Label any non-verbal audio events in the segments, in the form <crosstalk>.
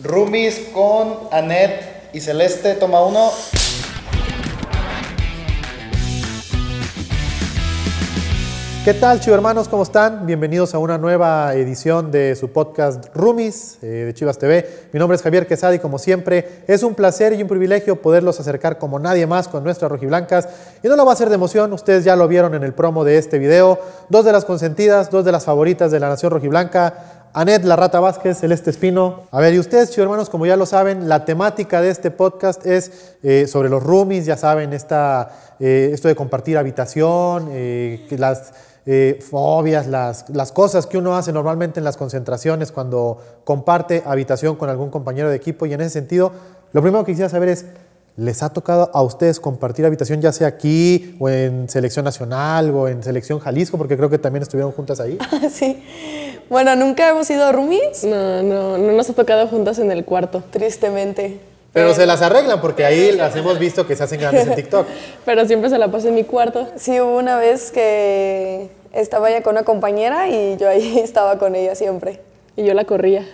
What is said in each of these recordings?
Rumis con Anet y Celeste, toma uno. ¿Qué tal, chivo hermanos? ¿Cómo están? Bienvenidos a una nueva edición de su podcast Rumis eh, de Chivas TV. Mi nombre es Javier Quesada y como siempre es un placer y un privilegio poderlos acercar como nadie más con nuestras rojiblancas. Y no lo va a hacer de emoción, ustedes ya lo vieron en el promo de este video. Dos de las consentidas, dos de las favoritas de la Nación Rojiblanca. Anet La Rata Vázquez, Celeste Espino. A ver, y ustedes, chicos hermanos, como ya lo saben, la temática de este podcast es eh, sobre los roomies, ya saben, esta, eh, esto de compartir habitación, eh, que las eh, fobias, las, las cosas que uno hace normalmente en las concentraciones cuando comparte habitación con algún compañero de equipo. Y en ese sentido, lo primero que quisiera saber es, ¿les ha tocado a ustedes compartir habitación ya sea aquí o en Selección Nacional o en Selección Jalisco? Porque creo que también estuvieron juntas ahí. <laughs> Sí. Bueno, nunca hemos ido a roomies, No, no, no nos ha tocado juntas en el cuarto. tristemente. Pero se las arreglan porque ahí las hemos visto que se hacen grandes <laughs> en TikTok. Pero siempre se la pasa en mi cuarto. Sí, hubo una vez que estaba ella con una compañera y yo ahí <laughs> estaba con ella siempre. Y yo la corría.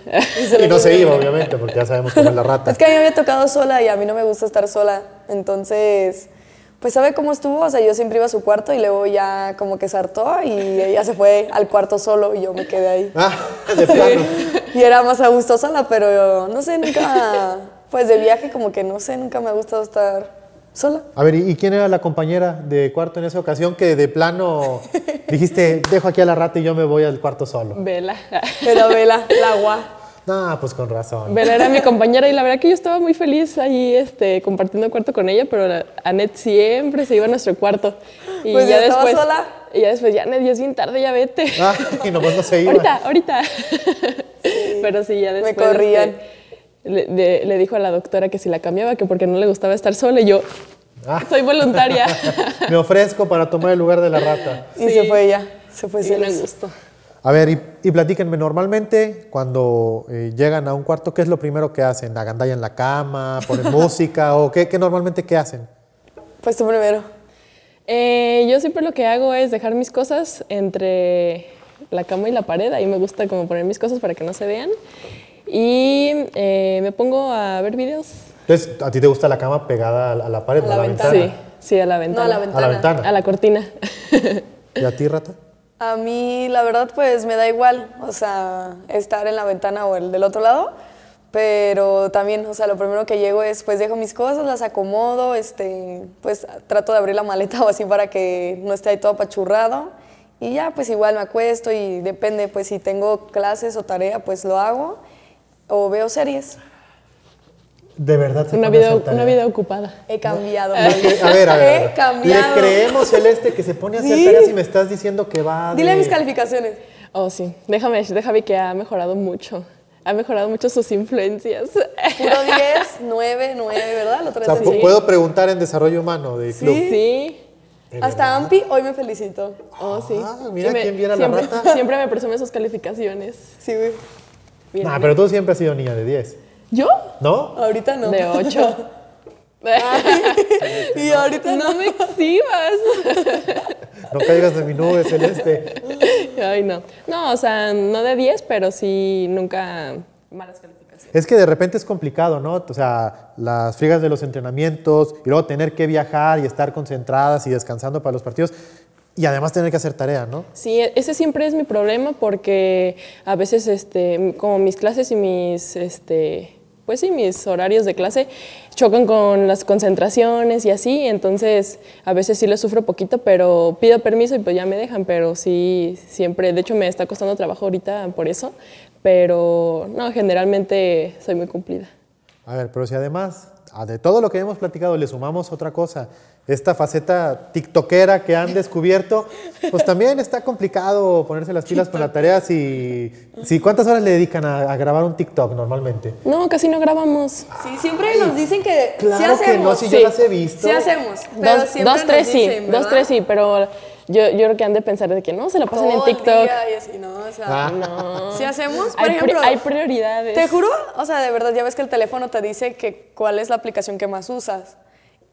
Y no se iba, obviamente, porque ya sabemos cómo es <laughs> la rata. Es que a mí me había tocado sola y a mí no me gusta estar sola. Entonces, pues sabe cómo estuvo. O sea, yo siempre iba a su cuarto y luego ya como que se hartó y ella se fue al cuarto solo y yo me quedé ahí. Ah, <laughs> de plano. Y era más a gusto sola, pero no sé, nunca, pues de viaje como que no sé, nunca me ha gustado estar sola. A ver, ¿y y quién era la compañera de cuarto en esa ocasión que de <laughs> plano dijiste, dejo aquí a la rata y yo me voy al cuarto solo? Vela. Pero vela, la agua. Nah, pues con razón. Vela era mi compañera y la verdad que yo estaba muy feliz ahí este, compartiendo cuarto con ella, pero la- Anet siempre se iba a nuestro cuarto. Y Pues ya estaba sola. Y ya después, ya Anet, ya es bien tarde, ya vete. Ah, y nomás <laughs> no se iba. Ahorita, ahorita. Pero sí, ya después. corrían. este, Le, de- le dijo a la doctora que si la cambiaba, que porque no le gustaba estar sola. Y yo, Ah. <laughs> soy voluntaria. Me ofrezco para tomar el lugar de la rata. Y se fue ella, se fue Sí, me Celis. gustó. A ver, y, y platíquenme, normalmente cuando eh, llegan a un cuarto, ¿qué es lo primero que hacen? ¿Agandallan la cama? <laughs> ¿Ponen música? ¿O qué, qué normalmente qué hacen? Pues tú primero. Eh, yo siempre lo que hago es dejar mis cosas entre la cama y la pared. Ahí me gusta como poner mis cosas para que no se vean. Y eh, me pongo a ver videos. Entonces, ¿a ti te gusta la cama pegada a la, a la pared, A no la a la ventana. ventana? Sí, sí, a la No, ventana. a la A la ventana. ventana. A la cortina. ¿Y a ti, rata? A mí, la verdad, pues me da igual, o sea, estar en la ventana o el del otro lado, pero también, o sea, lo primero que llego es, pues dejo mis cosas, las acomodo, este, pues trato de abrir la maleta <laughs> o así para que no esté ahí todo apachurrado y ya, pues igual me acuesto y depende, pues si tengo clases o tarea, pues lo hago o veo series. De verdad se una, pone a hacer video, tarea. una vida ocupada. He cambiado. Que- A ver, a ver. a <laughs> He ver. Le cambiado. creemos, Celeste, que se pone a hacer Sí. tareas y me estás diciendo que va. Dile de- mis calificaciones. Oh, sí. Déjame, déjame que ha mejorado mucho. Ha mejorado mucho sus influencias. <laughs> Puro 10, 9, 9, ¿verdad? Lo O sea, pu- puedo preguntar en desarrollo humano de club. Sí. Hasta Ampi hoy me felicitó. Oh, sí. Ah, mira Y me- quién viera la siempre, rata. Siempre me presume sus calificaciones. Sí, güey. Mira. Nah, pero tú siempre has sido niña de 10, ¿Yo? ¿no? Ahorita no. De <laughs> 8. Ah, y ahorita no. No me exhibas. No caigas de mi nube, Celeste. <laughs> Ay, no. No, o sea, no de 10, pero sí nunca malas calificaciones. Es que de repente es complicado, ¿no? O sea, las friegas de los entrenamientos y luego tener que viajar y estar concentradas y descansando para los partidos y además tener que hacer tarea, ¿no? Sí, e, ese siempre es mi problema porque a veces, este, como mis clases y mis, este, pues sí, mis horarios de clase chocan con las concentraciones y así, entonces a veces sí lo sufro poquito, pero pido permiso y pues ya me dejan, pero sí, siempre, de hecho me está costando trabajo ahorita por eso, pero no, generalmente soy muy cumplida. A ver, pero si además a de todo lo que hemos platicado le sumamos otra cosa, esta faceta tiktokera que han descubierto, pues también está complicado ponerse las pilas con la tarea si, si cuántas horas le dedican a, a grabar un TikTok normalmente. No, casi no grabamos. Sí, siempre nos dicen que sí Claro hacemos. que no, si yo sí. las he visto. Sí hacemos, pero Dos, siempre dos, nos tres dicen, sí, ¿verdad? dos, tres sí, pero yo, yo creo que han de pensar de que no, se la pasan Todo en el TikTok. día y así, no, o sea, Ah, sí hacemos, por Hay, pri- ejemplo, hay prioridades. te juro, o sea, de verdad, ya ves que el teléfono te dice que cuál es la aplicación que más usas.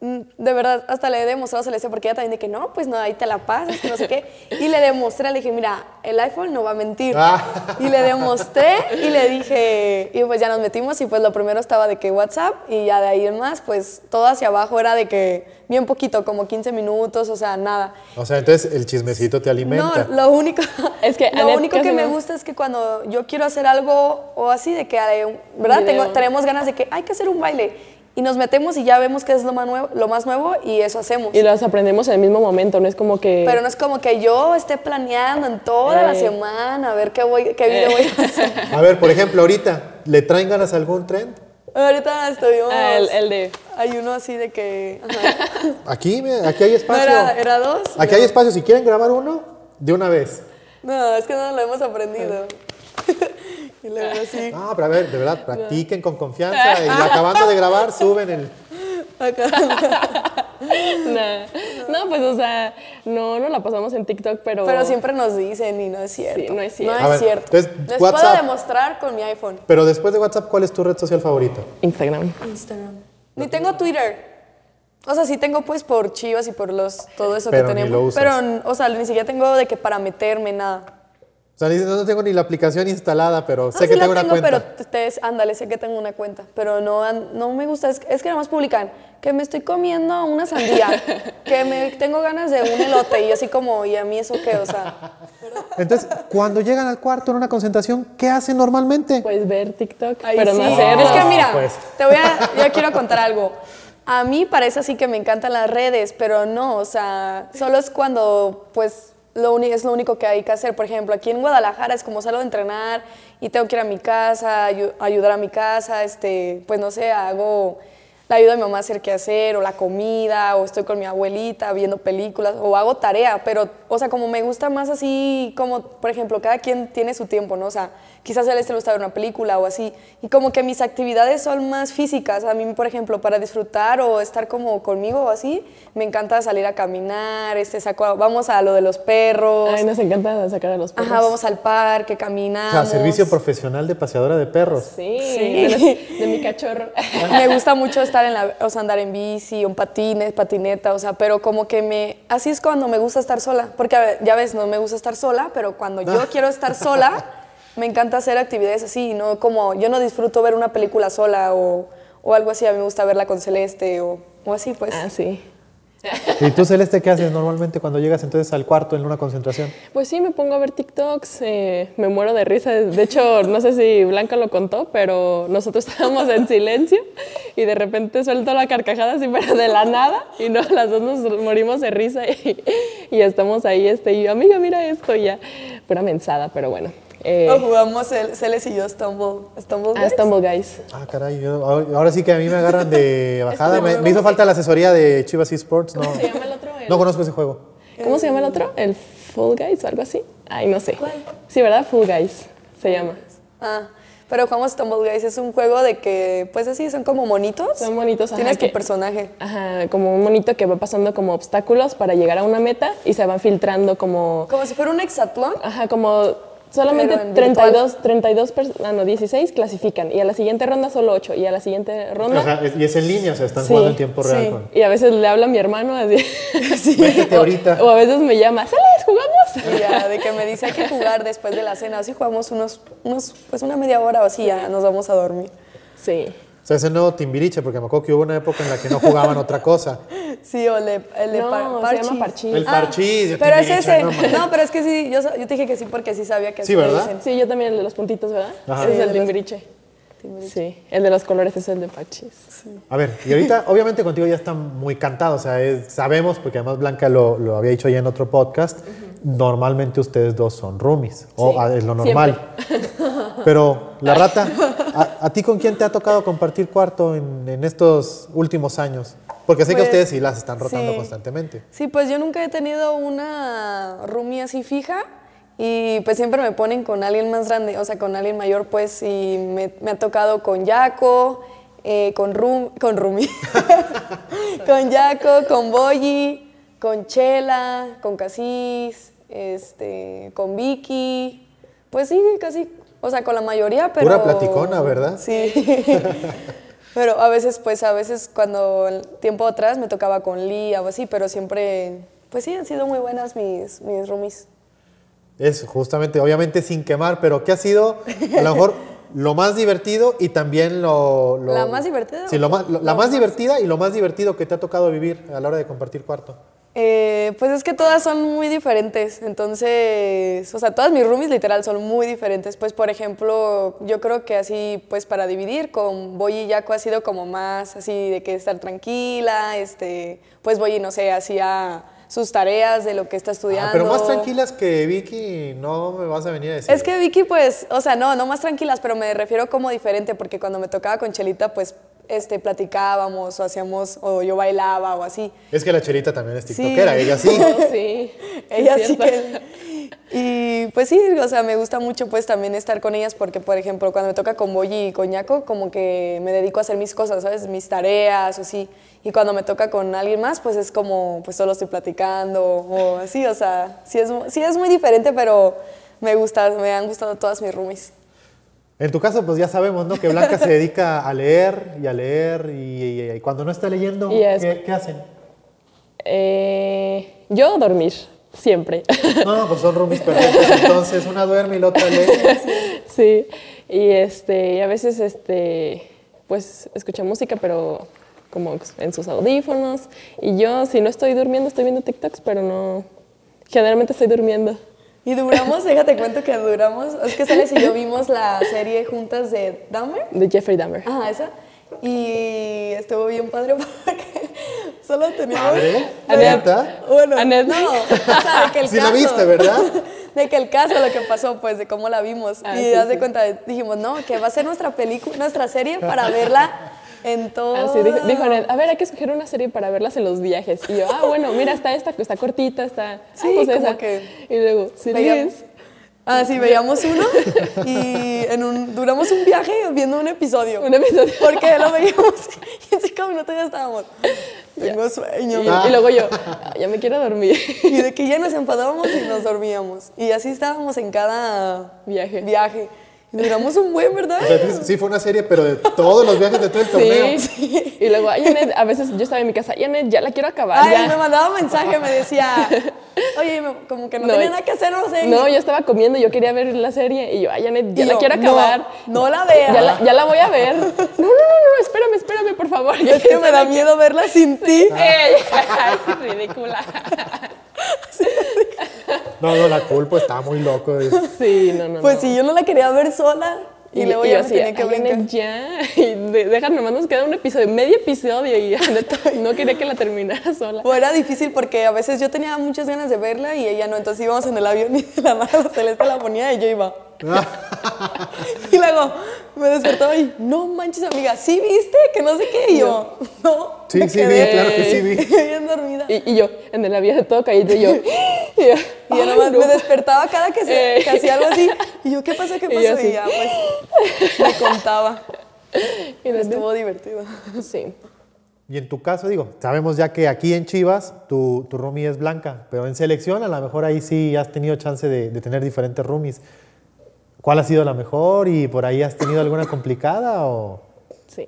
mm, de verdad, hasta le he demostrado a Celeste, porque ella también de que no, pues no, ahí te la pasas, que no sé qué. Y le demostré, le dije, mira, el iPhone no va a mentir. Ah. Y le demostré y le dije, y pues ya nos metimos y pues lo primero estaba de que WhatsApp y ya de ahí en más, pues todo hacia abajo era de que bien poquito, como 15 minutos, o sea, nada. O sea, entonces el chismecito te alimenta. No, lo único, <laughs> Es que lo Annette único casi que me no- gusta es que cuando yo quiero hacer algo o así, de que, eh, ¿verdad? Video. Tengo- tenemos ganas de que hay que hacer un baile y nos metemos y ya vemos qué es lo más nuevo, lo más nuevo y eso hacemos. Y las aprendemos en el mismo momento, no es como que... Pero no es como que yo esté planeando en toda la Eh. semana a ver qué, voy, qué video Eh. voy a hacer. <laughs> A ver, por ejemplo, ahorita, ¿le traen ganas a algún trend? Ahorita estuvimos... Ah, el, <laughs> el de... Hay uno así de que... ajá. <laughs> Aquí, mira, aquí hay No, espacio. era, era dos. Aquí hay espacio. Si quieren grabar uno, de una vez. No, es que no lo hemos aprendido. <laughs> y luego así... Ah, pero a ver, de verdad, practiquen con confianza. <laughs> Y acabando de grabar, suben el. Nah. No, pues o sea, no nos la pasamos en TikTok, pero... Pero siempre nos dicen y no es cierto. no es cierto. A ver, cierto. entonces, Les WhatsApp. puedo demostrar con mi iPhone. Pero después de WhatsApp, ¿cuál es tu red social favorita? Instagram. Instagram. Ni tengo Twitter. O sea, sí tengo pues por chivas y por los todo eso Pero que ni tenemos. lo usas. Pero, n- o sea, ni siquiera tengo de que para meterme nada. O sea, dices, no, no tengo ni la aplicación instalada, pero Ah, sé sí que la tengo una cuenta. pero t- ustedes, ándale, sé que tengo una cuenta. Pero no, an- no me gusta. Es, es que nada más publican que me estoy comiendo una sandía, que me tengo ganas de un elote. Y yo así como, ¿y a mí eso qué? O sea, Entonces, cuando llegan al cuarto en una concentración, ¿qué hacen normalmente? Pues ver TikTok, ahí pero sí. no hacerlo. Es que mira, pues. te voy a, yo quiero contar algo. A mí parece así que me encantan las redes, pero no, o sea, solo es cuando, pues, lo uni- es lo único que hay que hacer. Por ejemplo, aquí en Guadalajara es como salgo de entrenar y tengo que ir a mi casa, ayu- ayudar a mi casa, este, pues no sé, hago la ayuda de mi mamá a hacer qué hacer, o la comida, o estoy con mi abuelita viendo películas, o hago tarea, pero, o sea, como me gusta más así, como, por ejemplo, cada quien tiene su tiempo, ¿no? O sea, quizás a él le gusta ver una película o así, y como que mis actividades son más físicas, a mí, por ejemplo, para disfrutar o estar como conmigo o así, me encanta salir a caminar, este, saco, a- vamos a lo de los perros, Ay, nos encanta sacar a los perros. ajá, vamos al parque, O caminamos. sea, servicio profesional de paseadora de perros. Sí, Sí. De, los- <laughs> de mi cachorro. me gusta mucho estar en la, o sea, andar en bici, en patines, patineta, o sea, pero como que me, así es cuando me gusta estar sola, porque a ver, ya ves, no me gusta estar sola, pero cuando yo quiero estar sola, me encanta hacer actividades así, no como, yo no disfruto ver una película sola o, o algo así, a mí me gusta verla con Celeste o, o así, <laughs> pues. Ah, sí. ¿Y tú, Celeste, qué haces normalmente cuando llegas entonces al cuarto en una concentración? Pues sí, me pongo a ver TikToks, eh, me muero de risa. De hecho, no sé si Blanca lo contó, pero nosotros <laughs> estábamos en silencio y de repente suelto la carcajada así, pero de la nada. Y no, las dos nos morimos de risa y, y estamos ahí, este, y yo, amiga, mira esto, y ya. Pura mensada, pero bueno. Eh, O jugamos Cel- Celeste y yo Stumble, Stumble ah, Guys. Stumble Guys. Ah, caray, yo- ahora, ahora sí que a mí me agarran de bajada. Me, me hizo falta la asesoría de Chivas Esports. No, el otro? Eh, no conozco ese juego. ¿Cómo se llama el otro? ¿El Full Guys o algo así? Ay, no sé. Sí, ¿verdad? Full Guys se llama. Ah, pero jugamos Stumble Guys, es un juego de que, pues así, son como monitos. Son bonitos, ajá, Tienes tu que- personaje. Ajá, como un monito que va pasando como obstáculos para llegar a una meta y se van filtrando como, Como si fuera un hexatlón. ajá, como solamente Pero en 32, 32 pers- ah, no, 16 clasifican y a la siguiente ronda solo 8 y a la siguiente ronda... O sea, es- y es en línea, o sea, están Sí, jugando en tiempo real. sí. con- Y a veces le habla a mi hermano así. <laughs> Sí. Métete O- ahorita. O, a veces me llama, ¿sales? ¿Jugamos? <laughs> Y ya, de que me dice hay que jugar después de la cena. Así jugamos unos, unos pues una media hora o así ya nos vamos a dormir. Sí. O sea, es el nuevo Timbiriche, porque me acuerdo que hubo una época en la que no jugaban otra cosa. Sí, o el de, el de No, par- se parchís. llama parchís. El parchís. de Pero es Timbiriche, ese. no mames. No, pero es que sí, yo, sa- yo te dije que sí porque sí sabía que Sí, así le ¿verdad? dicen. Sí, yo también el de los puntitos, ¿verdad? Ajá. Sí, Ese es el de los- timbiriche. Sí, el de los colores es el de Pachis. A ver, y <laughs> ahorita, obviamente contigo ya está muy cantado, o sea, es- sabemos, porque además Blanca lo, lo había dicho ya en otro podcast, normalmente ustedes dos son roomies, o Sí, ah, es lo normal. <laughs> Pero, La Rata, ¿a, a ti con quién te ha tocado compartir cuarto en, en estos últimos años? Porque sé que Pues, ustedes sí las están rotando sí. constantemente. Sí, pues yo nunca he tenido una roomie así fija y pues siempre me ponen con alguien más grande, o sea, con alguien mayor, pues, y me, me ha tocado con Jaco, eh, con Rum, con Rumi, <laughs> con Jaco, con Boyi, con Chela, con Casis, este, con Vicky, pues sí, <laughs> casi, o sea, con la mayoría, pero... Pura platicona, ¿verdad? Sí. Pero a veces, pues, a veces cuando el tiempo atrás me tocaba con Lee o así, pero siempre, pues sí, han sido muy buenas mis, mis roomies. Es justamente, obviamente sin quemar, pero ¿qué ha sido a lo <laughs> mejor lo más divertido y también lo... lo- ¿La más divertida? Sí, lo más- lo- la Lo más más- divertida y lo más divertido que te ha tocado vivir a la hora de compartir cuarto. Eh, pues es que todas son muy diferentes, entonces, o sea, todas mis roomies literal son muy diferentes. Pues, por ejemplo, yo creo que así, pues para dividir, con Boy y Jaco ha sido como más así de que estar tranquila, este, pues Boy, no sé, hacía sus tareas de lo que está estudiando. Ah, pero más tranquilas que Vicky, no me vas a venir a decir. Es que Vicky, pues, o sea, no, no más tranquilas, pero me refiero como diferente, porque cuando me tocaba con Chelita, pues, este, platicábamos o hacíamos, o yo bailaba o así. Es que la Cherita también es tiktokera, Sí. ella sí. No, <laughs> sí. <laughs> Ella es sí cierto. que... <laughs> Y pues sí, o sea, me gusta mucho pues también estar con ellas porque, por ejemplo, cuando me toca con Boyi y Coñaco, como que me dedico a hacer mis cosas, ¿sabes? Mis tareas o así. Y cuando me toca con alguien más, pues es como, pues solo estoy platicando o así, o sea, sí es, sí es muy diferente, pero me gusta, me han gustado todas mis roomies. En tu caso, pues ya sabemos, ¿no? Que Blanca se dedica a leer y a leer y, y- y cuando no está leyendo, Y a ¿qué, qué hacen? Eh, yo dormir, siempre. <laughs> No, no, pues son roomies perfectos, entonces una duerme y la otra <laughs> lee. sí. Y este, y a veces este, pues escucha música, pero como en sus audífonos. Y yo, si no estoy durmiendo, estoy viendo TikToks, pero no. Generalmente estoy durmiendo. Y duramos, déjate cuento que duramos, es que Sales y yo vimos la serie juntas de Dahmer. De Jeffrey Dahmer. Ah, esa. Y estuvo bien padre <laughs> porque solo teníamos. ¿Padre? de- ¿Neta? Bueno, Anel. no. O sea, de que el <laughs> Sí la caso, viste, ¿verdad? <laughs> De que el caso, lo que pasó, pues, de cómo la vimos. Ah, y sí, das de sí. cuenta, dijimos, no, que va a ser nuestra película, nuestra serie para verla <laughs> en todo. Así dijo, dijo Anel, a ver, hay que escoger una serie para verlas en los viajes. Y yo, ah, bueno, mira, está esta, que está cortita, está. ah, Sí, pues como esa. que- Y luego, series. Veíamos- Ah, sí, veíamos uno y en un, duramos un viaje viendo un episodio. <laughs> Un episodio. <laughs> Porque lo veíamos <laughs> y en cinco minutos ya estábamos. Tengo sueño. Y, y luego yo, "Ah, ya me quiero dormir. Y de que ya nos enfadábamos y nos dormíamos. Y así estábamos en cada Viaje. viaje. Y duramos un buen, ¿verdad? O sea, sí- <laughs> sí fue una serie, pero de todos los viajes de todo el torneo. Sí. Y luego, ay, Janet, a veces yo estaba en mi casa, Janet, ya la quiero acabar. Ay, ya". me mandaba mensaje, me decía, oye, me- como que no, No, tenía y- nada que hacer, no sé. No, yo estaba comiendo, yo quería ver la serie. Y yo, ay, Janet, ya Y la yo, quiero "No, acabar. No, la veas. Ya la, ya la voy a <laughs> ver. No, no, no, no, espérame, espérame, por favor. Es que me da miedo verla sin ti. Ah, ¡Ey! <laughs> Ay, ridícula. No, no, la culpa está muy loco. es- Sí, no, no. Pues no. sí, yo no la quería ver sola. Y, luego y ya yo me así, tenía que "Ay, brincar. Janet, ya. <laughs> Y de, deja, nomás nos queda un episodio, medio episodio. Y <laughs> Janet no quería que la terminara sola. O era difícil porque a veces yo tenía muchas ganas de verla y ella no, entonces íbamos en el avión y <laughs> de la mano Celeste la ponía y yo <laughs> iba. y luego me despertaba y, no manches amiga, ¿sí viste? Que no sé qué. Y yo, no. Sí, me sí, vi, quedé claro que sí, vi. <laughs> Bien dormida. Y, Y, y yo, en el avión de todo <laughs> caído, y yo. Y yo, yo "Ay, nomás no". me despertaba cada que, se, Eh. que hacía algo así. Y yo, ¿qué pasa? ¿Qué Y pasó? yo Y, así. ya, pues, me contaba. Y Pero Janet, estuvo divertido. Sí. Y en tu caso, digo, sabemos ya que aquí en Chivas tu, tu roomie es blanca, pero en selección a lo mejor ahí sí has tenido chance de, de tener diferentes roomies. ¿Cuál ha sido la mejor y por ahí has tenido alguna complicada o...? Sí.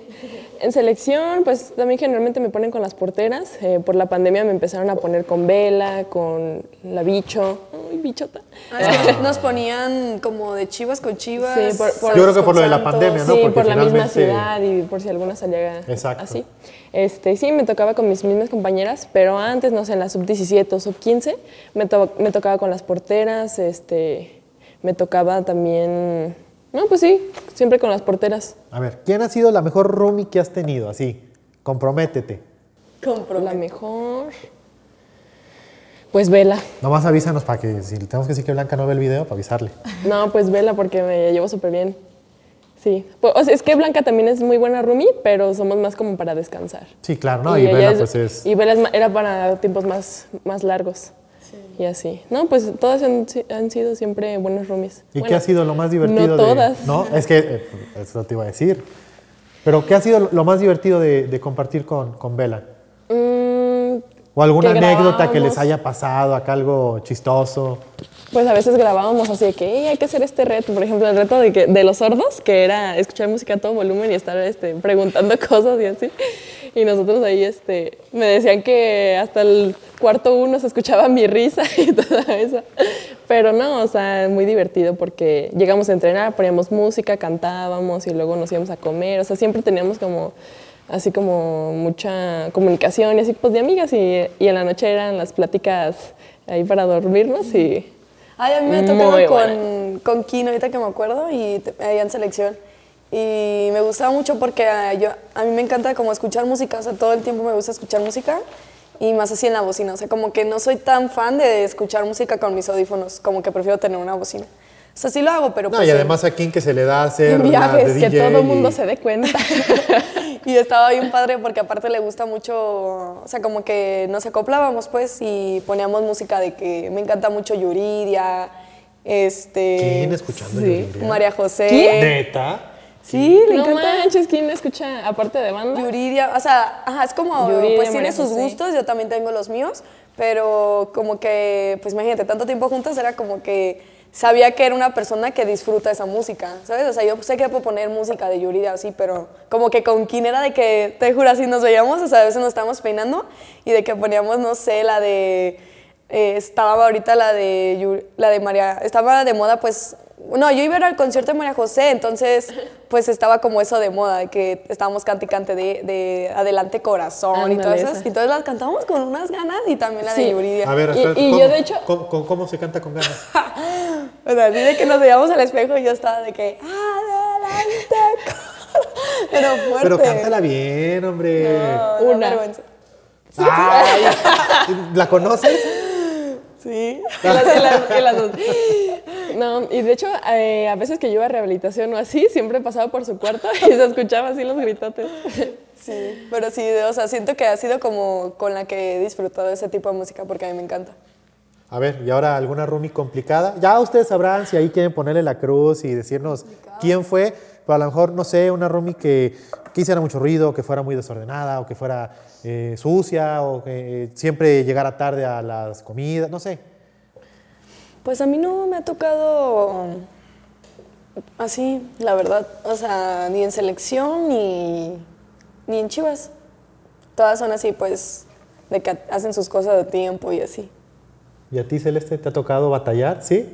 <laughs> en selección, pues también generalmente me ponen con las porteras. Eh, por la pandemia me empezaron a poner con Vela, con la bicho. Ay, bichota. Ah. Nos ponían como de chivas con chivas. Sí, por- por- Yo creo que por lo de la pandemia, ¿no? Sí, Porque por la misma finalmente- ciudad y por si alguna salía Exacto. así. Este, sí, me tocaba con mis mismas compañeras, pero antes, no sé, en la sub-17 o sub-15, me, to- me tocaba con las porteras, este, me tocaba también... No, pues sí, siempre con las porteras. A ver, ¿quién ha sido la mejor roomie que has tenido? Así, comprométete. La mejor... Pues Vela. Nomás avísanos para que, si le tenemos que decir que Blanca no ve el video, para avisarle. No, pues Vela, porque me llevo súper bien. Sí. Pues, o sea, es que Blanca también es muy buena roomie, pero somos más como para descansar. Sí, claro, ¿no? Y, ella Vela, es- pues es... y Vela es ma- era para tiempos más, más largos. Y así. No, pues todas han, si- han sido siempre buenos roomies. ¿Y qué Bueno, ha sido lo más divertido? No de- todas. No, es que eh, eso te iba a decir. Pero ¿qué ha sido lo más divertido de, de compartir con, con Vela? Mm, ¿O alguna Que anécdota que les grabábamos. haya pasado, acá algo chistoso? Pues a veces grabábamos así de que "Ey, hay que hacer este reto, por ejemplo, el reto de, que, de los sordos, que era escuchar música a todo volumen y estar este, preguntando <laughs> cosas y así. Y nosotros ahí este, me decían que hasta el cuarto uno se escuchaba mi risa <laughs> y todo eso. Pero no, o sea, muy divertido porque llegamos a entrenar, poníamos música, cantábamos y luego nos íbamos a comer. O sea, siempre teníamos como así como mucha comunicación y así pues de amigas y, y en la noche eran las pláticas ahí para dormirnos y Ay, a mí me Muy tocaron con, buena. con Kino, ahorita que me acuerdo, y te- ahí en selección. Y me gustaba mucho porque a, yo, a mí me encanta como escuchar música, o sea, todo el tiempo me gusta escuchar música y más así en la bocina, o sea, como que no soy tan fan de escuchar música con mis audífonos, como que prefiero tener una bocina. O sea, sí lo hago, pero... No, pues, y eh, además a Kim que se le da hacer un la viaje de es que DJ todo el y- mundo se dé <laughs> cuenta. <laughs> y estaba bien padre porque aparte le gusta mucho, o sea, como que nos acoplábamos pues y poníamos música de que me encanta mucho Yuridia, este... ¿Quién escuchando Sí. Yuridia? María José. ¿Neta? Sí, le no encanta. manches, ¿quién no escucha aparte de banda? <laughs> Yuridia, o sea, ajá, es como, Yuridia, pues tiene María sus José. gustos, yo también tengo los míos, pero como que, pues imagínate, tanto tiempo juntas era como que sabía que era una persona que disfruta esa música, ¿sabes? O sea, yo sé que puedo poner música de Yuridia así, pero como que con quién era de que, te juro, así nos veíamos, o sea, a veces nos estábamos peinando y de que poníamos, no sé, la de... eh, estaba ahorita la de, Yu- la de María, estaba de moda pues no, yo iba a ir al concierto de María José, entonces pues estaba como eso de moda, de que estábamos cante y cante de, de Adelante Corazón y Ándale, todas esas. esa. Y todas las cantábamos con unas ganas y también la de Sí. Yuridia. A ver, Y- espérate, y yo, ¿cómo, de hecho- ¿cómo, cómo- cómo se canta con ganas? Ah. O sea, así de que nos veíamos al espejo y yo estaba de que Adelante <laughs> Corazón. Pero fuerte. Pero cántala bien, hombre. No, no, Una. vergüenza. <laughs> Ay, ¿La conoces? Sí. Y las- y las- y <laughs> las dos. No, y de hecho, eh, a veces que yo iba a rehabilitación o así, siempre pasaba por su cuarto y se escuchaba así los <laughs> gritotes. Sí, pero sí, o sea, siento que ha sido como con la que he disfrutado ese tipo de música porque a mí me encanta. A ver, y ahora alguna roomie complicada. Ya ustedes sabrán si ahí quieren ponerle la cruz y decirnos quién fue. Pero a lo mejor, no sé, una roomie que, que hiciera mucho ruido, que fuera muy desordenada, o que fuera eh, sucia, o que eh, siempre llegara tarde a las comidas, no sé. Pues a mí no me ha tocado um, así, la verdad. O sea, ni en selección ni, ni en Chivas. Todas son así, pues, de que hacen sus cosas de tiempo y así. ¿Y a ti, Celeste, te ha tocado batallar? ¿Sí?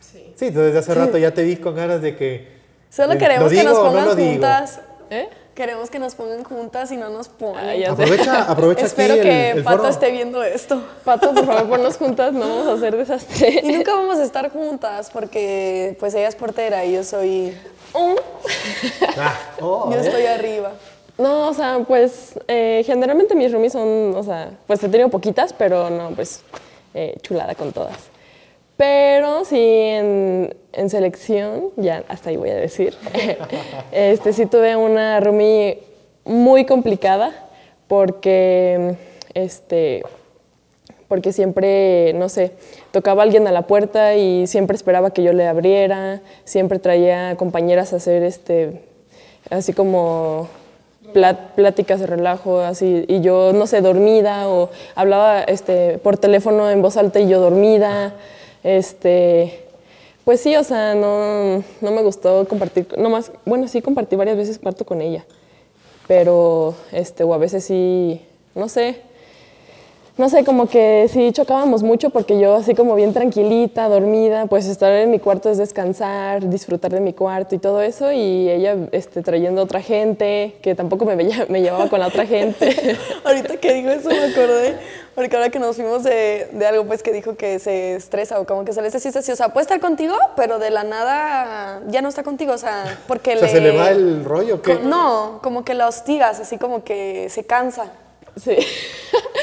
Sí. Sí, desde hace rato ya te vi con ganas de que. eh, Solo ¿Lo queremos que digo nos o no pongan lo digo? juntas. ¿Eh? Queremos que nos pongan juntas y no nos ponen. Ay, ya <laughs> sé. Aprovecha, aprovecha aquí Espero el- que el Pato foro. esté viendo esto. Pato, por favor, ponnos juntas, no vamos a hacer desastre. Y nunca vamos a estar juntas porque pues ella es portera y yo soy <laughs> Oh. Ah, oh, yo ¿eh? estoy arriba. No, o sea, pues eh, generalmente mis roomies son, o sea, pues he tenido poquitas, pero no, pues eh, chulada con todas. Pero sí, en, en selección, ya hasta ahí voy a decir, <laughs> este, sí tuve una roomie muy complicada porque, este, porque siempre, no sé, tocaba alguien a la puerta y siempre esperaba que yo le abriera, siempre traía compañeras a hacer este, así como pla- pláticas de relajo, así, y yo, no sé, dormida, o hablaba este, por teléfono en voz alta y yo dormida, este... Pues sí, o sea, no, no me gustó compartir, no más, bueno, sí compartí varias veces cuarto con ella, pero, este, o a veces sí, no sé, no sé, como que sí chocábamos mucho porque yo así como bien tranquilita, dormida, pues estar en mi cuarto es descansar, disfrutar de mi cuarto y todo eso y ella este, trayendo otra gente, que tampoco me, veía- me llevaba con la <laughs> otra gente. <laughs> Ahorita que digo eso me acordé, porque ahora que nos fuimos de, de algo, pues que dijo que se estresa o como que se le hace así, o sea, puede estar contigo, pero de la nada ya no está contigo, o sea, porque O sea, le... ¿se le va el rollo o qué? No, como que la hostigas, así como que se cansa. Sí.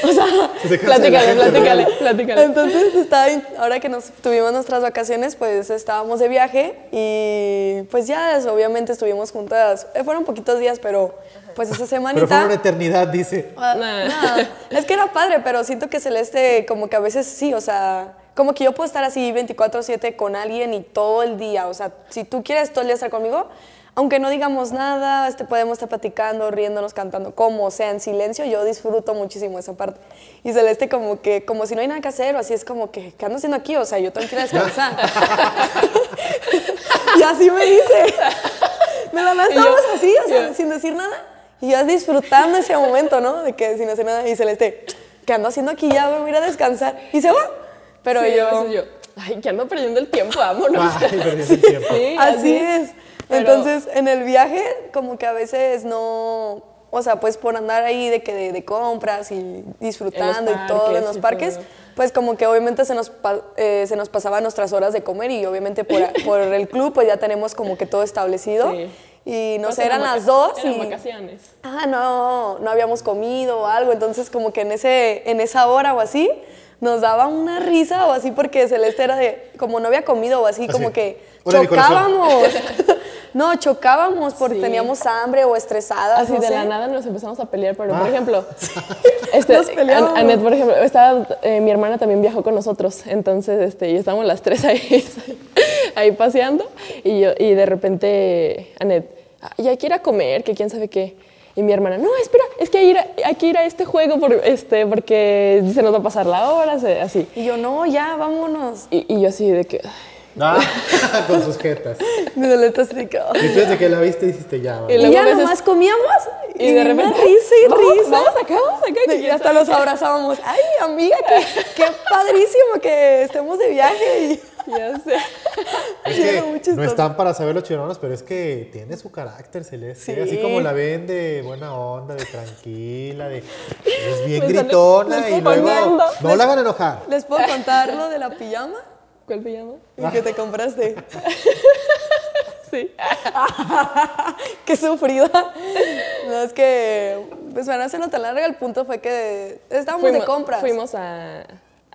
O sea, Se cansa la platícale, gente, Em, platícale, ¿verdad? platícale. Entonces, estaba bien- ahora que nos tuvimos nuestras vacaciones, pues estábamos de viaje y pues ya, obviamente estuvimos juntas, Eh, fueron poquitos días, pero pues esa semanita... Pero fue una eternidad, dice. Ah, Nah. nah. Es que era padre, pero siento que Celeste como que a veces sí, o sea, como que yo puedo estar así 24/7 con alguien y todo el día, o sea, si tú quieres todo el día estar conmigo, aunque no digamos nada, este, podemos estar platicando, riéndonos, cantando, como sea, en silencio, yo disfruto muchísimo esa parte. Y Celeste como que, como si no hay nada que hacer, o así es como que, ¿qué ando haciendo aquí? O sea, yo tengo que ir a <laughs> descansar. <laughs> y así me dice. Me la lanzamos yo- así, o sea, yo- sin decir nada. Y yo disfrutando ese momento, ¿no? De que sin hacer nada. Y Celeste, ¿qué ando haciendo aquí? Ya voy a ir a descansar. Y se va. Pero Sí, a yo... veces yo, ay, que ando perdiendo el tiempo, vámonos. Ay, perdiendo el tiempo. <laughs> Sí, Así es. Pero- Entonces, en el viaje, como que a veces no. O sea, pues por andar ahí de que de, de compras y disfrutando En los y todo en parques los y parques, todo. pues como que obviamente se nos, pa- eh, se nos pasaban nuestras horas de comer y obviamente por, por el club pues ya tenemos como que todo establecido. Sí. Y no Pues sé, eran vaca- las dos Eran y vacaciones. ah, no, no habíamos comido o algo, entonces como que en, ese, en esa hora o así nos daba una risa o así porque Celeste era de, como no había comido o así, Así, como que una de Ah, mi <laughs> chocábamos. no, chocábamos porque Sí. teníamos hambre o estresadas. Así no de sé. la nada nos empezamos a pelear, pero por Ah. <laughs> ejemplo, este, Nos peleábamos. An- Anet, por ejemplo, estaba, eh, mi hermana también viajó con nosotros, entonces este, y estábamos las tres ahí, <laughs> ahí paseando y, yo, y de repente Anet, "Ah, ya hay que ir a comer, que quién sabe qué. Y mi hermana, no, espera, es que hay, ir a- hay que ir a este juego por, este, porque se nos va a pasar la hora, se- así. Y yo, no, ya, vámonos. Y, y yo así de que, "Ay, <laughs> con sus jetas. Y Celeste así de que, "Ay". Y tú desde que la viste dijiste ya, Y Y, luego ya a veces- nomás comíamos y, y, de repente, una risa y "Vamos, risa. Vamos acá, vamos acá. que Y quién hasta sabe los qué". abrazábamos. Ay, amiga, qué, qué padrísimo que estemos de viaje. Ya <laughs> sé. Es Sí, que era muy chistoso. no están para saber los chironos, pero es que tiene su carácter celeste. Sí. Así como la ven de buena onda, de tranquila, de es bien Me sale- gritona me y estoy luego poniendo. no la hagan enojar. ¿Les puedo contar lo de la pijama? ¿Cuál pijama? Y que te <laughs> compraste. Sí. Ah, Qué sufrida. No, es que, pues van a hacerlo tan larga. El punto fue que estábamos pues de compras. Fuimos a,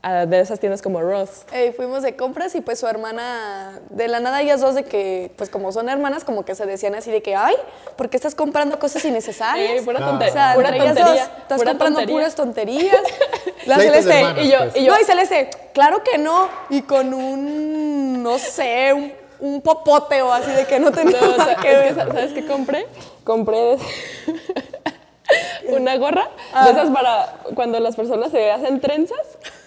a de esas tiendas como Ross. Ey, Eh, fuimos de compras y pues su hermana, de la nada ellas dos de que, pues como son hermanas, como que se decían así de que, ay, ¿por qué estás comprando cosas innecesarias? Ey, pura o tonte- sea, pura entre ellas tontería, dos, estás pura comprando tontería. puras <laughs> tonterías. Pleitos de La este, este, Celeste, hermanas, y yo, pues. y yo. No, y Celeste, claro que no. Y con un, no sé, un, un popote o así de que no tenía <laughs> No, o sea, nada que es ver. que, sa- ¿Sabes qué compré? Compré de- <laughs> una gorra Ah. de esas para cuando las personas se hacen trenzas,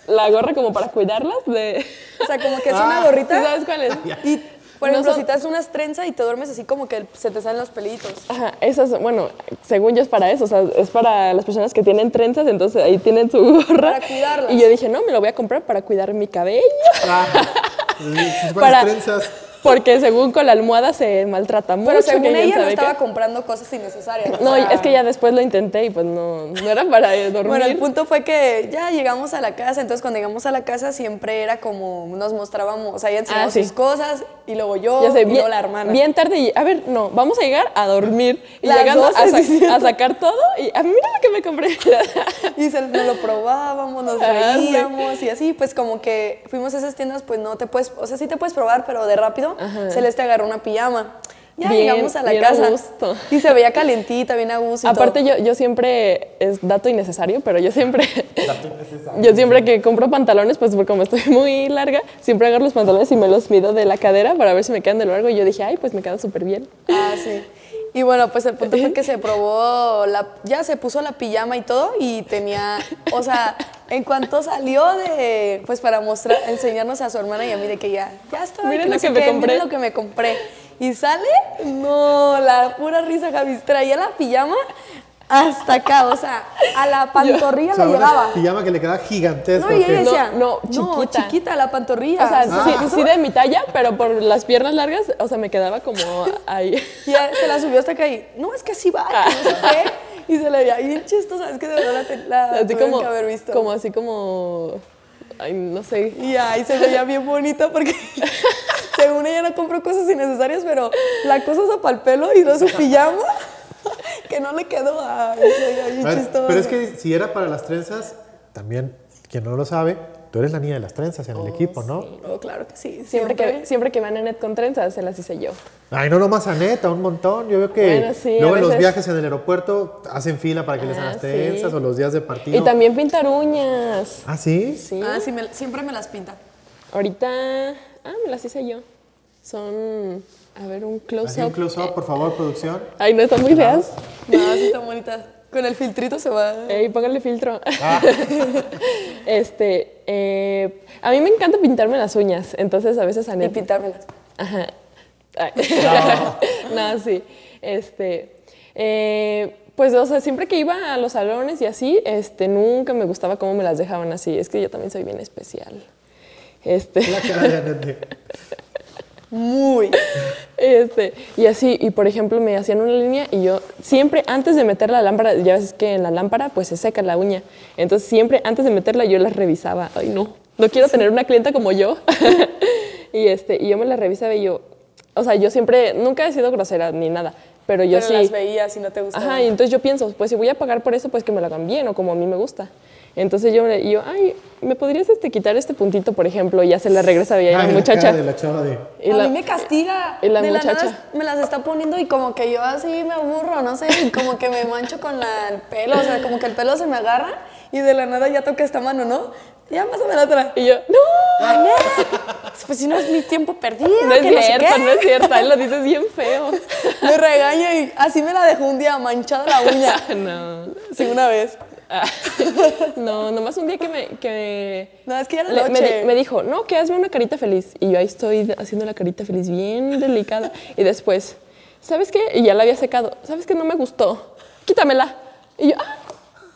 la gorra como para cuidarlas de... O sea, como que es Ah. una ¿Sí gorrita. ¿Sabes cuál <laughs> es? Y, por No ejemplo, son- si te das unas trenzas y te duermes así como que se te salen los pelitos. Ajá, esas, bueno, según yo es para eso, o sea, es para las personas que tienen trenzas, entonces ahí tienen su gorra. Para cuidarlas. Y yo dije, no, me lo voy a comprar para cuidar mi cabello. <laughs> Ah, sus buenas Para- trenzas. Porque según con la almohada se maltrata mucho. Pero que según quién ella no sabe qué. estaba comprando cosas innecesarias. o No, sea, es que ya después lo intenté y pues no, no era para eh, <laughs> dormir. Bueno, el punto fue que ya llegamos a la casa, entonces cuando llegamos a la casa siempre era como nos mostrábamos, o sea, ella enseñaba Ah, sí. sus cosas y luego yo ya sé, y bien, luego la hermana. bien tarde y a ver, no, vamos a llegar a dormir. Y Las llegando a, 12, sa- sí, cierto. a sacar todo y ah, mira lo que <laughs> me compré. Y se, nos lo probábamos, nos Ah, sí. reíamos y así, pues como que fuimos a esas tiendas, pues no te puedes, o sea, sí te puedes probar, pero de rápido Celeste agarró una pijama. Ya Bien, llegamos a la bien a casa gusto. y se veía calentita, bien a gusto. y Aparte todo. yo, yo siempre, es dato innecesario, pero yo siempre, <laughs> yo siempre que compro pantalones, pues porque como estoy muy larga, siempre agarro los pantalones y me los mido de la cadera para ver si me quedan de lo largo. Y yo dije, ay, pues me quedan súper bien. Ah, sí. Y bueno, pues el punto fue que se probó, la, ya se puso la pijama y todo y tenía, o sea, en cuanto salió de, pues para mostrar, enseñarnos a su hermana y a mí de que ya, ya estoy, Miren no lo sé que me qué, miren compré. lo que me compré. Y sale, no, la pura risa, Javi, traía la pijama hasta acá, o sea, a la pantorrilla O sea, le una llegaba. pijama que le quedaba gigantesca. No, y ella ¿ok? decía, No, no, no, chiquita". chiquita, la pantorrilla. Ah, O sea, ¿sabes? sí, sí de mi talla, pero por las piernas largas, o sea, me quedaba como ahí. Y ya se la subió hasta acá y, no, es que así va, que no sé qué. Y se le veía bien chistosa, es que de verdad la, te- la Ah. Así Ah, tuvieron como, que haber visto. como así como, ay, no sé. Y ahí se veía bien bonita <laughs> porque según ella no compró cosas innecesarias, pero la cosa es para el pelo y no su pijama, <laughs> que no le quedó. Ay, se veía bien A ver, chistosa. pero es que si era para las trenzas, también, quien no lo sabe, tú eres la niña de las trenzas en el Oh, equipo, ¿no? No, claro que sí, Siempre siempre. que, siempre que van a Net con trenzas, se las hice yo. Ay, no nomás a neta, un montón. Yo veo que Bueno, sí, a luego en los veces- viajes en el aeropuerto hacen fila para que les hagan Ah, las sí. trenzas o los días de partido. Y también pintar uñas. ¿Ah, sí? Sí. Ah, sí, me- siempre me las pinta. Ahorita, ah, me las hice yo. Son, A ver, Así un un close-up. close-up, por favor, producción. Ay, no, están muy feas. No, sí están bonitas. Con el filtrito se va. Ey, póngale filtro. <laughs> este, eh, a mí me encanta pintarme las uñas, entonces a veces a Y pintármelas. Ajá. Ay. <laughs> No. sí. Este, eh, pues, o sea, siempre que iba a los salones y así, este, nunca me gustaba cómo me las dejaban así. Es que yo también soy bien especial. Este, La cara de <laughs> Anette. Muy. este, y así, y por ejemplo, me hacían una línea y yo siempre antes de meter la lámpara, ya ves que en la lámpara pues se seca la uña. Entonces, siempre antes de meterla yo las revisaba. Ay, no, no quiero tener una clienta como yo. <laughs> y este, y yo me la revisaba y yo, o sea, yo siempre nunca he sido grosera ni nada, pero yo Pero sí las veías y no te gustaban. Ajá, y entonces yo pienso, pues si voy a pagar por eso, pues que me lo cambien o como a mí me gusta. Entonces yo, y yo ay, ¿me podrías este, quitar este puntito, por ejemplo? Y ya se le regresa y a la Ay, muchacha. cara de la chava de... Y a la- mí me castiga. y la de muchacha. nada me las está poniendo y como que yo así me aburro, no sé, y como que me mancho con la- el pelo, o sea, como que el pelo se me agarra y de la nada ya toca esta mano, ¿no? Ya pásame la otra. Y yo, no, Pues si no es mi tiempo perdido, no es que no sé cierto, qué. no es cierto. Él lo dices bien <laughs> feo. Me regaña y así me la dejó un día manchada la uña. <laughs> no. Sí, una vez. Ah, no, nomás un día que me... Que No, es que ya era le- me, noche. di- me dijo, no, que hazme una carita feliz. Y yo ahí estoy haciendo la carita feliz bien delicada. Y después, ¿sabes qué? Y ya la había secado. ¿Sabes qué? No me gustó. Quítamela. Y yo, "Ah,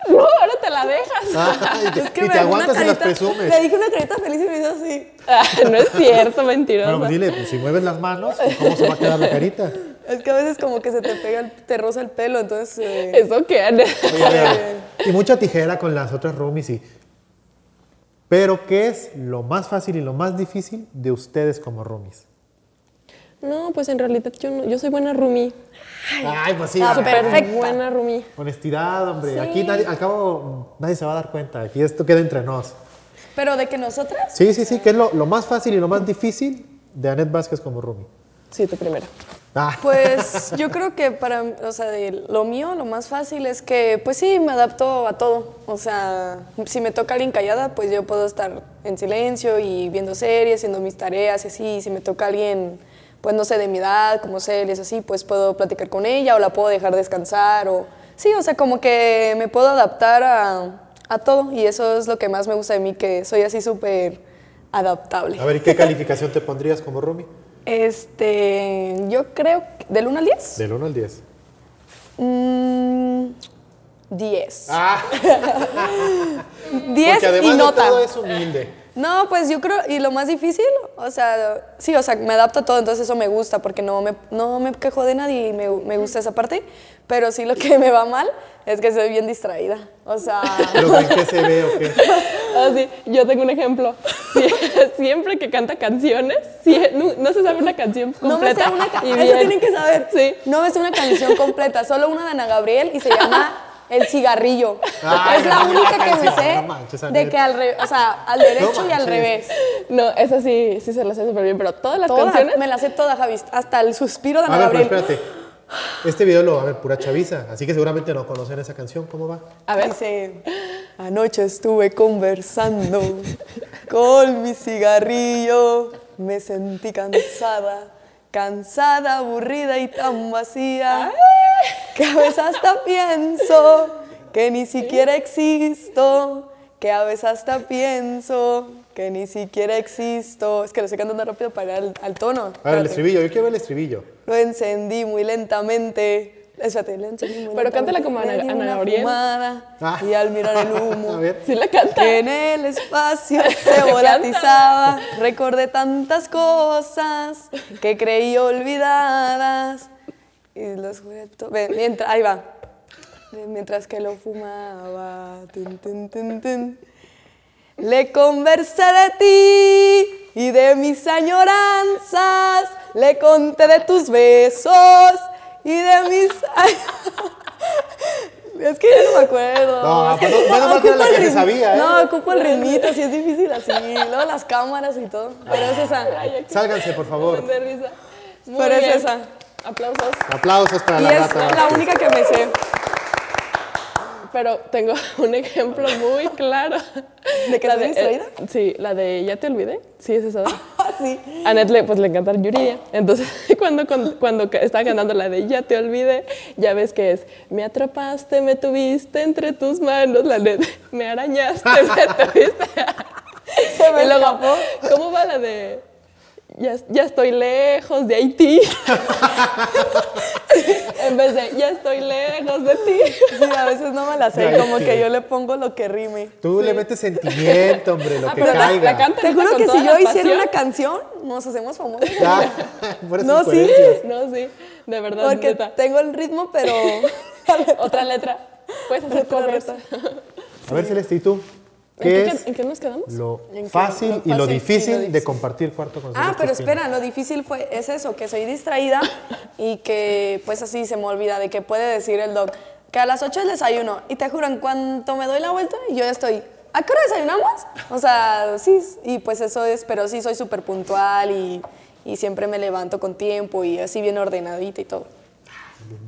no, ahora te la dejas. Ay, Es que y me te dejó una aguantas y las carita- presumes. Le dije una carita feliz y me hizo así. <laughs> Ah, no es cierto, mentirosa. Bueno, pues dile, pues, si mueves las manos, pues, ¿cómo se va a quedar la <laughs> carita? Es que a veces como que se te pega, el- te roza el pelo, entonces... eh, Eso que... Oye, oye, Y mucha tijera con las otras roomies y... Pero, ¿qué es lo más fácil y lo más difícil de ustedes como roomies? <laughs> No, pues en realidad yo, no- yo soy buena roomie. Ay, pues sí. Ah, hombre. perfecto. Perfecta. Buena roomie. Honestidad, hombre. Sí. Aquí, nadie- al cabo, nadie se va a dar cuenta. Aquí esto queda entre nos. Pero de que nosotras... Sí, sí, sí, que es lo, lo más fácil y lo más difícil de Anet Vázquez como roomie. Sí, tú primero. Ah, Pues yo creo que para, o sea, de lo mío, lo más fácil es que, pues sí, me adapto a todo. O sea, si me toca alguien callada, pues yo puedo estar en silencio y viendo series, haciendo mis tareas y así. Y si me toca alguien, pues no sé, de mi edad, como series, así, pues puedo platicar con ella o la puedo dejar descansar o... Sí, o sea, como que me puedo adaptar a, a todo y eso es lo que más me gusta de mí, que soy así súper adaptable. a ver, ¿y qué calificación te pondrías como roomie? Este, yo creo, que- ¿del 1 al 10? Del 1 al 10. Mm, 10. Ah, 10 y nota. es humilde. No, pues yo creo, y lo más difícil, o sea, sí, o sea, me adapto a todo, entonces eso me gusta, porque no me, no me quejo de nadie y me, me gusta esa parte, pero sí lo que me va mal es que soy bien distraída, o sea, ¿Pero en qué se ve o qué? Ah, sí, yo tengo un ejemplo. Sie- <laughs> Siempre que canta canciones, sie- nu- no, se sabe una canción no me sé completa. una canción, y eso bien. tienen que saber, Sí. no me sé una canción completa, solo una de Ana Gabriel y se llama... El cigarrillo. Ay, es la no, única la que me canción, sé no manches, de Anel. que al revés, o sea, al derecho y al manches. revés. No, esa sí, sí se la sé súper bien, pero todas las Toda, canciones. me la sé toda, Javi. Hasta el suspiro de Ana A ver, pero Gabriel. espérate. Este video lo va a ver pura chaviza, así que seguramente no conocen esa canción. ¿Cómo va? A ver, Dice, anoche estuve conversando con mi cigarrillo, me sentí cansada, cansada, aburrida y tan vacía, que a veces hasta pienso que ni siquiera existo, que a veces hasta pienso que ni siquiera existo. Es que lo estoy cantando rápido para el al tono. A ver, el Espérate. estribillo. Yo quiero ver el estribillo. Lo encendí muy lentamente. Espérate, lo encendí muy Pero lentamente. cántala como Ana- Le di Ana una Gabriel. fumada, Ah. Y al mirar el <laughs> humo. A ver. sí la canta. que en el espacio se Cántala. volatizaba. Recordé tantas cosas que creí olvidadas. Y los juré to- Ve, mientras, ahí va. Mientras que lo fumaba. tin, tin, tin, tin. Le conversé de ti y de mis añoranzas. Le conté de tus besos y de mis. <laughs> es que yo no me acuerdo. No, Es que pues no- menos mal que era la ocupo el que se ritmo- sabía, ¿eh? No, ocupo el ritmito, si es difícil así. Luego las cámaras y todo. Pero es esa. Sálganse, por favor. De risa. Muy Pero es bien. esa. Aplausos. Aplausos para Y la es rata. la única que me <laughs> sé. Pero tengo <laughs> un ejemplo muy claro. ¿De que La estoy eh, distraída? Ah, Sí, la de Ya te olvidé. Sí, es esa. sí. A Ned le, pues, le encanta Yuridia. Entonces, <laughs> cuando, cuando, cuando ca- estaba cantando la de Ya te olvidé, ya ves que es Me atrapaste, me tuviste entre tus manos, la Ned, <laughs> me arañaste, me tuviste. <laughs> Se me y luego, escapó. ¿cómo va la de ya, ya estoy lejos de Haití? <laughs> en vez de Ya estoy lejos de ti. Sí, a veces no me la sé, Ya, como sí. que yo le pongo lo que rime. Tú le metes sentimiento, hombre, lo Ah, que pero la- caiga. la canta Te ahorita juro con que toda si la yo hiciera pasión. una canción, nos hacemos famosos. <laughs> Ya, <laughs> por esas No, sí. incoherencias. No, sí, de verdad. Porque <laughs> neta. tengo el ritmo, pero. Otra letra. <laughs> Puedes <laughs> hacer Otra covers. letra. A ver, Celeste, ¿y tú? ¿En ¿Qué qué, es en qué nos quedamos? lo en qué- fácil y lo lo fácil y lo difícil de difícil? compartir cuarto con Ah, Celeste pero Espino? espera, lo difícil fue, es eso, que soy distraída y que pues así se me olvida de que puede decir el doc que a las 8 el desayuno y te juro, en cuanto me doy la vuelta, yo ya estoy, ¿a qué hora desayunamos? O sea, sí, y pues eso es, pero sí soy súper puntual y, y siempre me levanto con tiempo y así bien ordenadita y todo.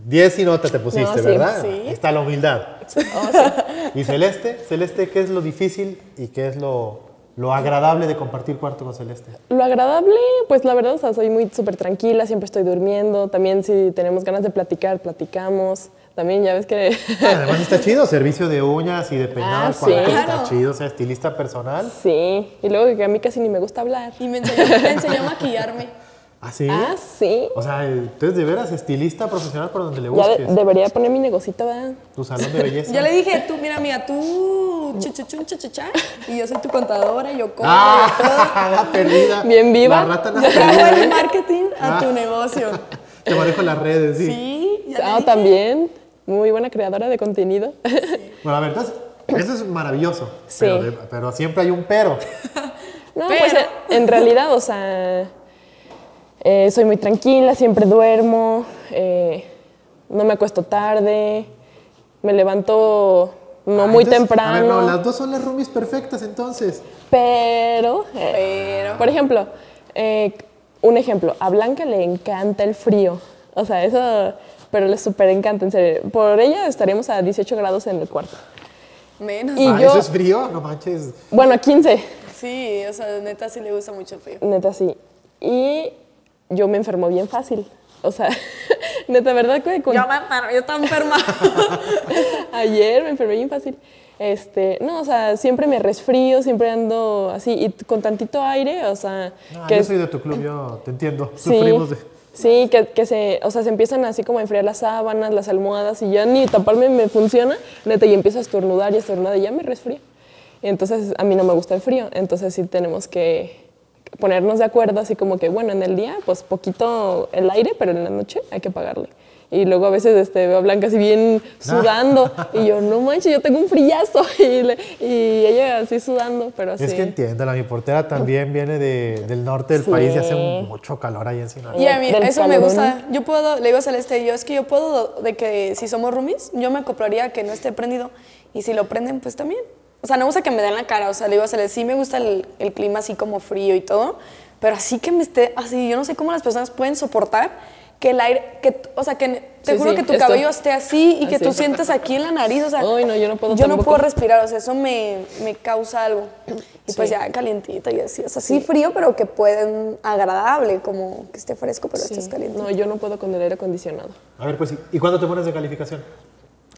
Diez y nota te pusiste, No, sí, ¿verdad? sí. Ahí Está la humildad. <laughs> ¿Y Celeste? Celeste, ¿qué es lo difícil y qué es lo, lo agradable de compartir cuarto con Celeste? Lo agradable, pues la verdad, o sea, soy muy súper tranquila, siempre estoy durmiendo. También si tenemos ganas de platicar, platicamos. También ya ves que... <laughs> Ah, Además está chido, servicio de uñas y de peinado, Ah, el cuarto sí. está Claro. chido, o sea, estilista personal. sí, y luego que a mí casi ni me gusta hablar. Y me enseñó, me enseñó a maquillarme. ¿Ah, sí? Ah, sí. O sea, entonces de veras estilista profesional por donde le Ya de- busques. debería poner mi negocito, ¿verdad? Tu salón de <laughs> belleza. Yo le dije, tú, mira, mira, tú, chuchuchun, chuchuchá, y yo soy tu contadora, y yo como, <laughs> y todo. ¡Ah! La perdida. Bien viva. La rata Yo nada hago el marketing a tu negocio. Te manejo las redes, sí. Sí, ya te Ah, dije. también. Muy buena creadora de contenido. Bueno, a ver, entonces, eso es maravilloso. Sí. Pero, de- pero siempre hay un pero. No, Pero- pues en- en realidad, o sea, eh, soy muy tranquila, siempre duermo, eh, no me acuesto tarde, me levanto no muy Ah, Entonces, temprano, A ver, no, las dos son las roomies perfectas, entonces. pero, eh, Pero. por ejemplo, eh, un ejemplo, a Blanca le encanta el frío, o sea, eso, pero le súper encanta, en serio, por ella estaríamos a 18 grados en el cuarto, Menos. Y Ah, yo- ¿Eso es frío? No manches. bueno, a 15, Sí, o sea, neta sí le gusta mucho el frío. Neta, sí. Y yo me enfermo bien fácil. O sea, <laughs> neta, ¿verdad? que con- Yo me enfermo, yo estaba enferma. <laughs> Ayer me enfermé bien fácil. Este, no, o sea, siempre me resfrío, siempre ando así y t- con tantito aire, o sea, No, que Ah, yo es- soy de tu club, yo te entiendo. sí, Sufrimos de. sí, que, que se, o sea, se empiezan así como a enfriar las sábanas, las almohadas y ya ni taparme me funciona, neta, y empiezo a estornudar y a estornudar y ya me resfrío. Entonces, a mí no me gusta el frío, entonces sí tenemos que ponernos de acuerdo, así como que, bueno, en el día, pues poquito el aire, pero en la noche hay que pagarle. Y luego a veces este, veo a Blanca así bien Ah. sudando y yo, no manches, yo tengo un frillazo <laughs> y, le- y ella así sudando, pero así. Es que entiéndala, mi portera también viene de- del norte del Sí. país y hace mucho calor ahí en Sinaloa. Y a mí, Del eso me calorón. gusta. Yo puedo, le digo a Celeste, yo es que yo puedo, de que si somos roomies, yo me acoplaría a que no esté prendido. Y si lo prenden, pues también. O sea, no me gusta que me den la cara. O sea, le digo a Celeste, sí me gusta el, el clima así como frío y todo, pero así que me esté así. Yo no sé cómo las personas pueden soportar que el aire, que, o sea, que te Sí, juro sí, que tu esto. cabello esté así y que Así. tú sientas aquí en la nariz. O sea, Ay, no, yo no puedo Yo no tampoco. puedo respirar, o sea, eso me, me causa algo. Y pues Sí. ya calientito y así, o sea, sí frío, pero que pueden agradable, como que esté fresco, pero estés caliente. No, yo no puedo con el aire acondicionado. A ver, pues, ¿y- ¿y cuándo te pones de calificación?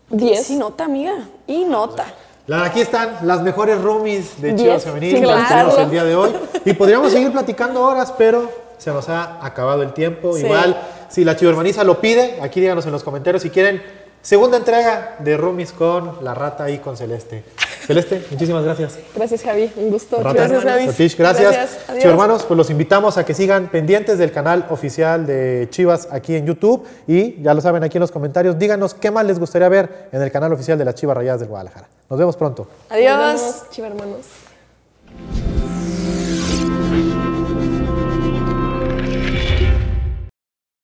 10. Sí, nota, amiga, y nota. La- Aquí están las mejores roomies de Yes, Chivas Femenil sin las que dudarlo. tenemos el día de hoy. Y podríamos seguir platicando horas, pero se nos ha acabado el tiempo. Sí. Igual, si la chivermaniza lo pide, aquí díganos en los comentarios si quieren segunda entrega de roomies con la rata y con Celeste. Celeste, muchísimas gracias. Gracias, Javi. Un gusto. Rata, Gracias, David. Satish, gracias. Gracias, adiós. Chivo hermanos, pues los invitamos a que sigan pendientes del canal oficial de Chivas aquí en YouTube. Y ya lo saben aquí en los comentarios, díganos qué más les gustaría ver en el canal oficial de las Chivas Rayadas del Guadalajara. Nos vemos pronto. Nos Adiós. vemos, chiva hermanos.